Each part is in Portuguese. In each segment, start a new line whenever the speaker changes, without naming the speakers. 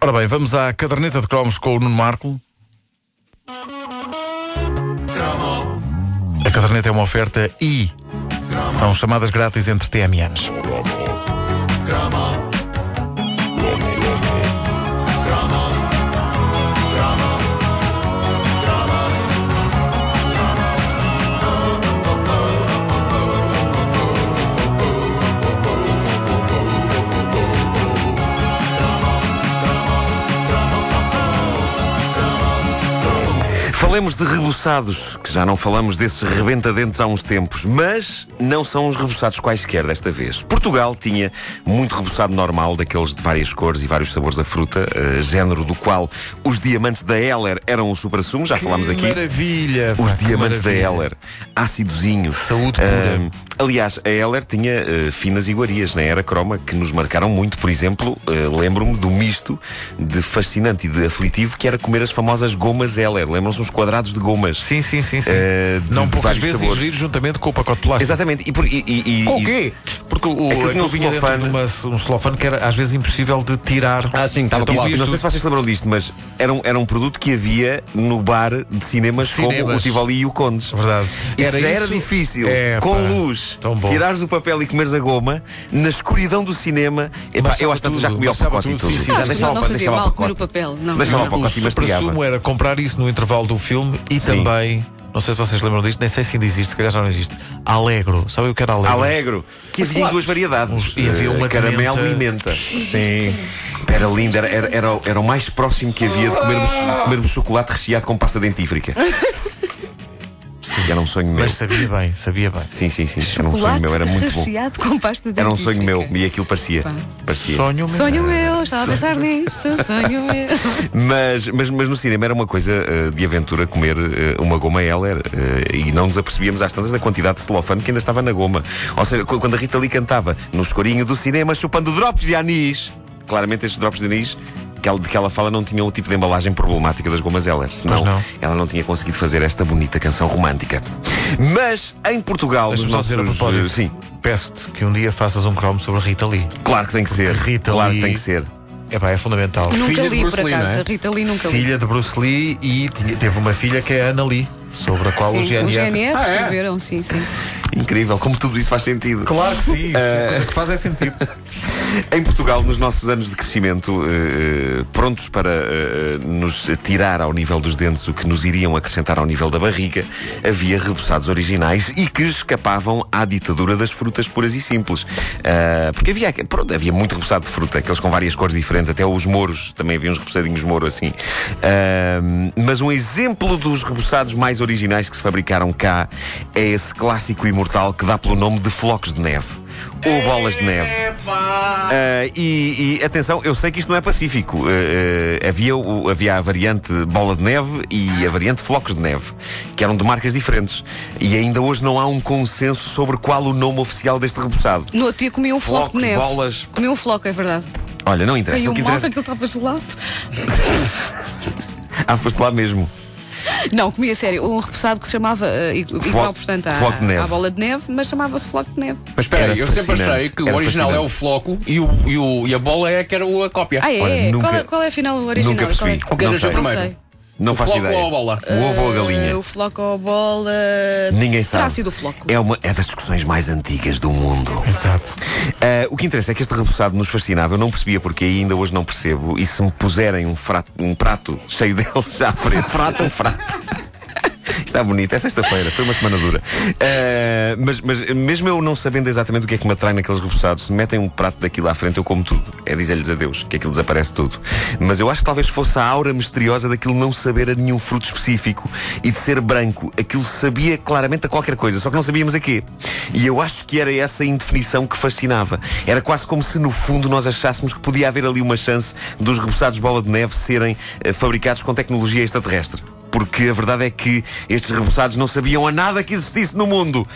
Ora bem, vamos à caderneta de cromos com o Nuno Marco. A caderneta é uma oferta e são chamadas grátis entre TMNs.
Falemos de reboçados, que já não falamos desses rebentadentes há uns tempos, mas não são uns reboçados quaisquer desta vez. Portugal tinha muito reboçado normal, daqueles de várias cores e vários sabores da fruta, eh, género do qual os diamantes da Heller eram o supra-sumo, já falámos aqui.
Ah, Maravilha!
Os diamantes da Heller, ácidozinho.
Saúde pura.
Ah, aliás, a Heller tinha ah, finas iguarias na era croma que nos marcaram muito. Por exemplo, ah, lembro-me do misto de fascinante e de aflitivo que era comer as famosas gomas Heller. Lembram-se uns quadrados de gomas?
Sim, sim, sim. sim.
Eh, de
não poucas
vários
vezes
sabores.
ingeridos juntamente com o pacote de plástico.
Exatamente. E, por, e, e- e-
Com o
e-
quê?
Porque o,
Aquilo
aquilo,
tinha um
vinha dentro
celofane.
de uma- um celofane que era às vezes impossível de tirar.
Ah, sim, estava
Então
colado.
vias
Não sei
tudo.
se vocês se lembram disto, mas era um, era um produto que havia no bar de cinemas, como
Cinemas.
o Tivoli e o Condes.
Verdade.
Isso já era
isso?
difícil.
É,
com
pá,
luz,
Tão bom.
tirares o papel e comeres a goma, na escuridão do cinema. Epá,
Baixava
eu acho que já
tudo,
comi o
baixava
pacote
tudo,
e tudo.
sim, sim,
Já
sim.
deixava-
Não, não fazia
deixava
mal
o
comer
pacote.
o papel. Não,
Deixava
não,
o
não.
pacote e
O
mastigava.
presumo era comprar isso no intervalo do filme e
Sim.
também, não sei se vocês lembram disto, nem sei se ainda existe, se calhar já não existe. Alegro. Sabe o que era alegro?
Alegro, que havia em duas variedades:
E havia
eh,
uma de
caramelo
menta.
e menta. Sim. Era lindo, era, era, era, o- era o mais próximo que havia de comermos, comermos chocolate recheado com pasta dentífrica. Sim, era um sonho meu.
Mas sabia bem, sabia bem.
Sim, sim, sim. Era um sonho meu, era muito bom.
recheado com pasta
Era um sonho meu
dentífrica.
e aquilo parecia.
Pá.
parecia.
Sonho meu.
Sonho meu, estava a pensar nisso, sonho meu.
Mas, mas, mas no cinema era uma coisa eh, de aventura comer eh, uma goma Heller eh, e não nos apercebíamos às tantas da quantidade de celofane que ainda estava na goma. Ou seja, qu- quando a Rita Lee cantava no escurinho do cinema chupando drops de anis. Claramente estes drops de anis que ela- de que ela fala não tinham o tipo de embalagem problemática das gomas Heller. Senão
Pois não.
ela não tinha conseguido fazer esta bonita canção romântica. Mas em Portugal, nos
Deixa-me só dizer a
nossos,
propósito.
eh, sim,
Peço-te que um dia faças um cromo sobre Rita Lee.
claro que tem que ser.
Rita
claro
Lee-
que tem que ser.
É pá, é
Oh,
fundamental.
Nunca
de
li,
Bruce
por
Lee, não
acaso.
é?
A Rita Lee nunca li.
Filha de Bruce Lee e tinha- teve uma filha que é a Ana Lee, sobre a qual
Sim,
o GNR.
os GNR
Ah, é?
escreveram, sim, sim.
Incrível, como tudo isso faz sentido. Ah,
Claro que sim, isso, a
Eh.
coisa que faz é sentido.
Em Portugal, nos nossos anos de crescimento, eh, eh, prontos para eh, nos tirar ao nível dos dentes o que nos iriam acrescentar ao nível da barriga, havia reboçados originais e que escapavam à ditadura das frutas puras e simples. Ah, porque havia, pronto, havia muito reboçado de fruta, aqueles com várias cores diferentes, até os moros, também havia uns reboçadinhos moro assim. Ah, mas um exemplo dos reboçados mais originais que se fabricaram cá é esse clássico imortal que dá pelo nome de flocos de neve. Ou bolas de neve. Ah, e, e, atenção, eu sei que isto não é pacífico. Ah, ah, havia, o- havia a variante bola de neve e a variante flocos de neve, que eram de marcas diferentes. E ainda hoje não há um consenso sobre qual o nome oficial deste reboçado.
No outro dia comi um floco
Flocos,
de neve.
bolas.
Comi um floco, é verdade. um
Olha, não interessa.
Caiu
o que
mal,
interessa...
aquilo estava gelado.
Ah, foste lá mesmo.
Não, comi a sério. Um repousado que se chamava, eh, igual, portanto, à,
floco de neve.
à bola de neve, mas chamava-se floco de neve.
Mas espera,
Era
aí, eu sempre
fascinante.
achei que o
Era
original é
fascinante.
o floco e, o, e, o- e a bola é que era o- a cópia.
Ah, é?
Olha,
é?
nunca-
qual, é- qual é a final original?
Nunca
Qual é?
percebi.
O que era
não
já
sei.
Não
primeiro?
sei.
Não
O
faço
floco
ideia.
ou a bola?
O ovo ou a galinha?
Eh, o floco ou a bola.
Ninguém sabe.
Terá sido o floco.
É, uma, é das discussões mais antigas do mundo.
Exato.
Ah, o que interessa é que este repousado nos fascinava. Eu não percebia porque ainda hoje não percebo. E se me puserem um, frato- um prato cheio deles já à frente. frato, um frato. Está bonito, é sexta-feira, foi uma semana dura. Ah, mas, mas mesmo eu não sabendo exatamente o que é que me atrai naqueles repousados, se metem um prato daquilo à frente, eu como tudo. É dizer-lhes adeus, que aquilo desaparece tudo. Mas eu acho que talvez fosse a aura misteriosa daquilo não saber a nenhum fruto específico e de ser branco. Aquilo sabia claramente a qualquer coisa, só que não sabíamos a quê. E eu acho que era essa indefinição que fascinava. Era quase como se no fundo nós achássemos que podia haver ali uma chance dos repousados bola de neve serem eh, fabricados com tecnologia extraterrestre porque a verdade é que estes reboçados não sabiam a nada que existisse no mundo.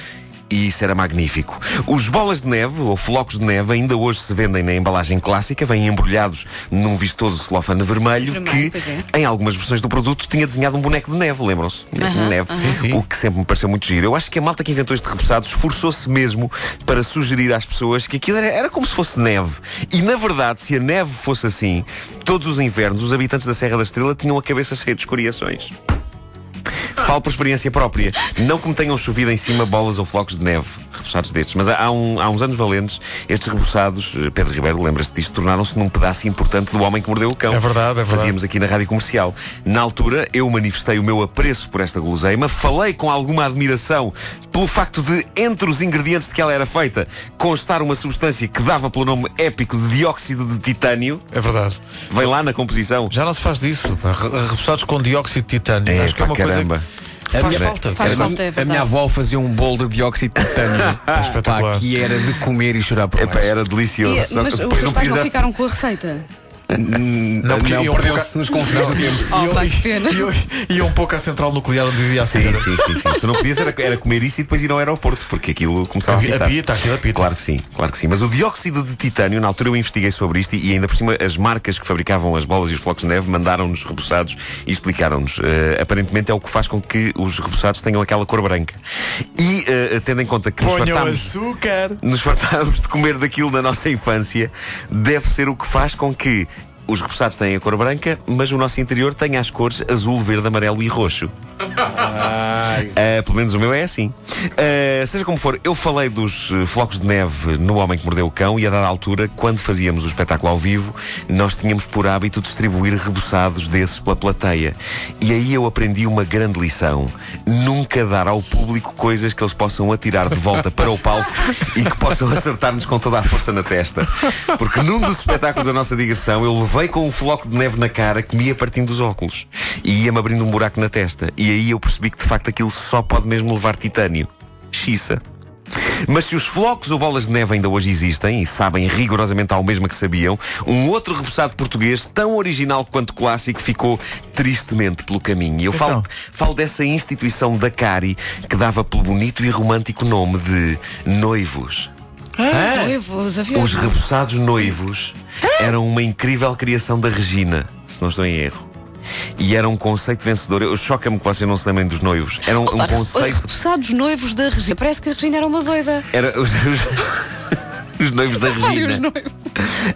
E isso era magnífico. Os bolas de neve, ou flocos de neve, ainda hoje se vendem na embalagem clássica, vêm embrulhados num vistoso celofane vermelho,
Vermelho, pois
que,
é.
em algumas versões do produto, tinha desenhado um boneco de neve, lembram-se?
Aham,
neve.
aham.
Sim, sim.
O que sempre me pareceu muito giro. Eu acho que a malta que inventou este repousado esforçou-se mesmo para sugerir às pessoas que aquilo era, era como se fosse neve. E na verdade, se a neve fosse assim, todos os invernos, os habitantes da Serra da Estrela tinham a cabeça cheia de escoriações. Falo por experiência própria. Não que me tenham chovido em cima bolas ou flocos de neve, repousados destes, mas há, há um- há uns anos valentes, estes repousados, eh, Pedro Ribeiro, lembra-se disto, tornaram-se num pedaço importante do homem que mordeu o cão.
É verdade, é verdade.
Fazíamos aqui na rádio comercial. Na altura, eu manifestei o meu apreço por esta guloseima, falei com alguma admiração pelo facto de, entre os ingredientes de que ela era feita, constar uma substância que dava pelo nome épico de dióxido de titânio.
É verdade.
Vem lá na composição.
Já não se faz disso. pá. Re- Repousados com dióxido de titânio.
É,
Acho que é
pá,
uma
caramba.
coisa. que Faz
minha-
falta.
Faz
a
falta,
minha-
é
a
verdade.
minha avó fazia um bolo de dióxido de titânio.
espetacular.
Pá, que era de comer e chorar por
Epá,
baixo.
era delicioso.
E-
Só que
mas os
depois
teus
não
pais não
precisa-
ficaram com a receita.
Não, porque
não,
eu-
perdeu-se nos confins do tempo.
Oh,
eu-
pá, que pena.
E eu- e eu um pouco à central nuclear onde vivia a
Sim,
senhora.
sim, sim, sim. Tu não podias era, era comer isso e depois ir ao aeroporto, porque aquilo começava a
Apita,
pitar.
apita, aquilo é apita.
Claro que sim, claro que sim. Mas o dióxido de titânio, na altura eu investiguei sobre isto e ainda por cima as marcas que fabricavam as bolas e os flocos de neve mandaram-nos reboçados e explicaram-nos. Eh, aparentemente é o que faz com que os reboçados tenham aquela cor branca. E eh, tendo em conta que nos fartámos-
açúcar.
nos fartámos de comer daquilo da nossa infância, deve ser o que faz com que os repousados tenham a cor branca, mas o nosso interior tenha as cores azul, verde, amarelo e roxo. Ah, pelo menos o meu é assim. Ah, seja como for, eu falei dos eh, flocos de neve no Homem que Mordeu o Cão e a dada altura, quando fazíamos o espetáculo ao vivo, nós tínhamos por hábito distribuir reboçados desses pela plateia. E aí eu aprendi uma grande lição: nunca dar ao público coisas que eles possam atirar de volta para o palco e que possam acertar-nos com toda a força na testa. Porque num dos espetáculos da nossa digressão, eu levei com um floco de neve na cara que me ia partindo os óculos e ia-me abrindo um buraco na testa. E aí eu percebi que de facto aquilo só pode mesmo levar titânio. Xiça. Mas se os flocos ou bolas de neve ainda hoje existem e sabem rigorosamente ao mesmo que sabiam, um outro repousado português, tão original quanto clássico, ficou tristemente pelo caminho. E eu falo,
Então?
falo dessa instituição da Cari que dava pelo bonito e romântico nome de Noivos.
Noivos, havia.
Os reboçados noivos eram uma incrível criação da Regina, se não estou em erro. E era um conceito vencedor. Eu- Choca-me que vocês não se lembrem dos noivos. Era um, um
Pá,
conceito.
Repousados noivos da Regina. Parece que a Regina era uma doida.
Era os, os, os noivos da
Vários
Regina.
noivos.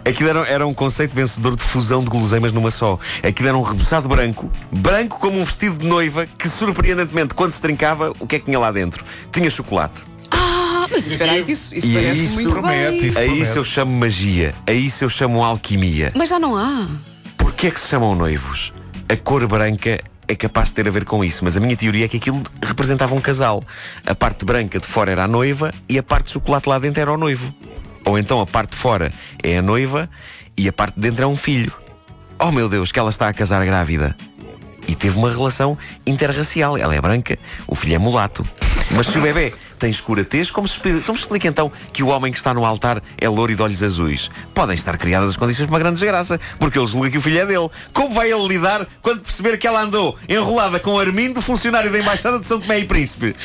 Aquilo era, era um conceito vencedor de fusão de guloseimas numa só. Aquilo era um reboçado branco, branco como um vestido de noiva, que surpreendentemente, quando se trincava, o que é que tinha lá dentro? Tinha chocolate.
Ah, mas espera aí, que isso, isso
E é
parece
isso
muito
promete,
bem.
isso-
A isso
promete.
eu chamo magia. A isso eu chamo alquimia.
Mas já não há.
Porquê é que se chamam noivos? A cor branca é capaz de ter a ver com isso, mas a minha teoria é que aquilo representava um casal. A parte branca de fora era a noiva e a parte de chocolate lá dentro era o noivo. Ou então a parte de fora é a noiva e a parte de dentro é um filho. Oh meu Deus, que ela está a casar grávida. E teve uma relação interracial. Ela é branca, o filho é mulato. Mas se o bebê tem escuratez, como se, expli- como se explica então que o homem que está no altar é louro e de olhos azuis? Podem estar criadas as condições para uma grande desgraça, porque ele julga que o filho é dele. Como vai ele lidar quando perceber que ela andou enrolada com Armindo, funcionário da Embaixada de São Tomé e Príncipe?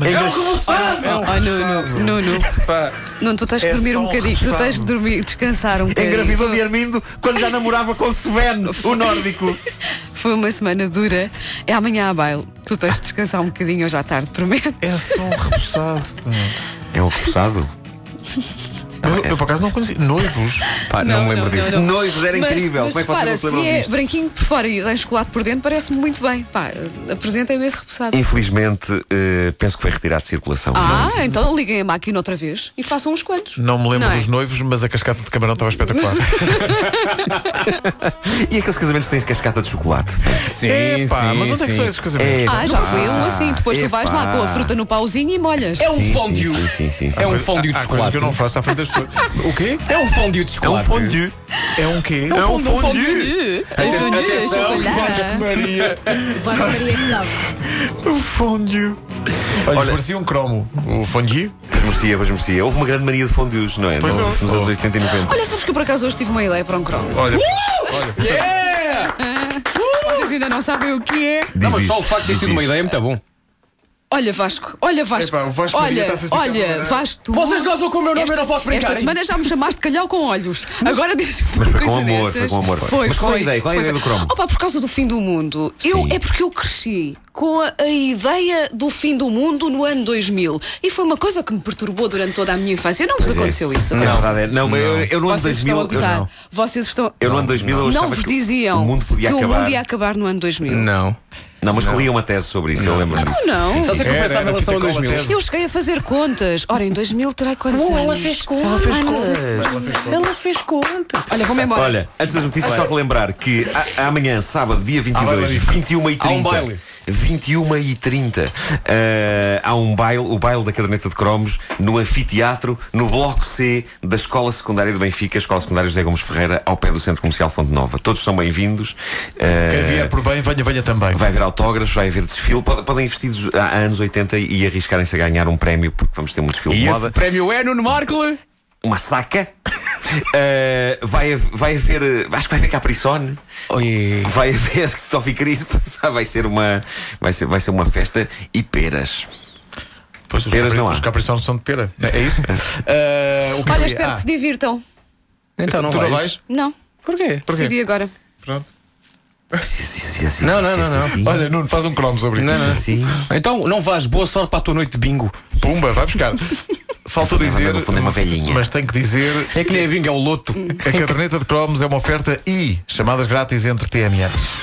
É engra-
Oh, oh, Nuno, Nuno, Nuno, tu tens de
É
dormir
só
um
um
bocadinho, tu tens de
repousado.
dormir, descansar um bocadinho.
Engravidou
Foi-
de Armindo quando já namorava com Sven, o nórdico.
Foi uma semana dura. É amanhã a baile. Tu tens de descansar um bocadinho hoje à tarde, prometo.
É só um repousado. pá.
É um repousado?
Eu, eu por acaso não é conheci. Noivos.
Pá, Ah, não, me lembro disso.
não. Noivos, era
Mas-
incrível.
Mas
Como é que vocês
repara,
não se lembram
se é
disto?
branquinho por fora e tem chocolate por dentro, parece-me muito bem. Pá, apresentem-me esse repousado.
Infelizmente, eh, penso que foi retirado de circulação. Não é?
Ah,
existe.
então liguem a máquina outra vez e façam uns quantos.
Não me lembro
Não é?
dos noivos, mas a cascata de camarão estava espetacular.
E aqueles casamentos que têm cascata de chocolate?
Sim,
Epá,
sim,
mas onde é que
sim.
são esses casamentos?
Ah, já foi um assim. Depois tu vais lá
epá.
com a fruta no pauzinho e molhas.
É um
Sim,
fondue.
sim, sim, sim, sim.
É um fondue de
Há coisas
chocolate.
que eu não faço à frente das pessoas. O quê?
É um fondue de chocolate.
É um quê?
É um
fondue.
fondue. Um fondue,
Atenção,
chocolate.
Maria.
Vasco Maria que sabe.
O fondue. Olha,
Olha-
parecia um cromo. O fondue.
Mas merecia, mas merecia. Houve uma grande mania de fondues, não é?
Pois
Nos-
não.
Nos anos 80 e 90.
Olha, sabes que eu por acaso hoje tive uma ideia para um cromo.
Olha,
Yeah!
Vocês ainda não sabem o que é.
Diz
Não, mas
isto,
só o facto de ter
diz
sido uma
isto.
ideia é muito tá bom.
Olha Vasco, olha Vasco.
Epá, o Vasco Maria
olha,
está-se a esticar de
olha,
maneira-
Vasco, tu.
Vocês gozam com o meu nome,
esta,
eu não posso brincar,
Esta
hein?
semana já me chamaste calhau com olhos. Agora diz Mas
foi com amor, foi com amor.
Foi,
Mas qual a
foi,
ideia? Qual a
foi,
ideia
foi.
do cromo?
Opa, por causa do fim do mundo. Eu,
Sim.
é porque eu cresci com a, a ideia do fim do mundo no ano 2000. E foi uma coisa que me perturbou durante toda a minha infância. Não vos
Pois é.
aconteceu isso?
É verdade, é. Não, mas eu, eu no ano
Vocês estão
2000.
a
eu
gozar.
não.
Vocês estão.
Eu no ano 2000 eu
Não
achava
vos
que
diziam
o mundo podia
que
acabar.
o mundo ia acabar no ano 2000.
Não.
Não, mas corria uma tese sobre isso, eu lembro disso.
Ah, não. Então
Só sei que eu
Era,
pensava em
era,
relação a
fica com a
2000.
tese.
Eu cheguei a fazer contas. Ora, em 2000 terei quantos anos? Ela fez contas. Ela fez
Ela fez conta.
Olha, vou-me embora.
Olha, antes das notícias, só de lembrar que a- amanhã, sábado, dia
Há
um 22,
baile.
21 e 30.
Ah, Há um baile.
21 e 30. eh, há um baile, o baile da caderneta de cromos, no anfiteatro, no bloco C da Escola Secundária de Benfica, Escola Secundária José Gomes Ferreira, ao pé do Centro Comercial Fonte Nova. Todos são bem-vindos. eh,
Quem vier por bem, venha, venha também.
Vai haver autógrafos, vai haver desfile. Pode- Podem investidos há anos 80 e arriscarem-se a ganhar um prémio, porque vamos ter um desfile
E
de
esse
moda.
prémio é Nuno Markle?
Uma saca. Eh, vai, hav- vai haver. eh, Acho que vai haver Capricone.
Oi.
Vai haver Toffee Crisp. Ah, Vai ser uma, vai ser, vai ser uma festa e peras.
Pois, os
Peras não há.
Os caprichões são de pera. É isso? Ah, o que
Olha,
eu ia-
espero
ah,
que se divirtam.
Então não
Tu
vais.
não vais?
Não,
Porquê?
decidi agora.
Pronto.
Não, não, não, não.
Olha, Nuno, faz um cromo sobre isso.
Não, não.
Sim.
Então não vais. Boa sorte para a tua noite de bingo.
Pumba, vai buscar. Faltou dizer.
no fundo é uma velhinha.
Mas tenho que dizer.
É que nem é bingo, é um loto.
A caderneta de cromos é uma oferta e chamadas grátis entre TMNs.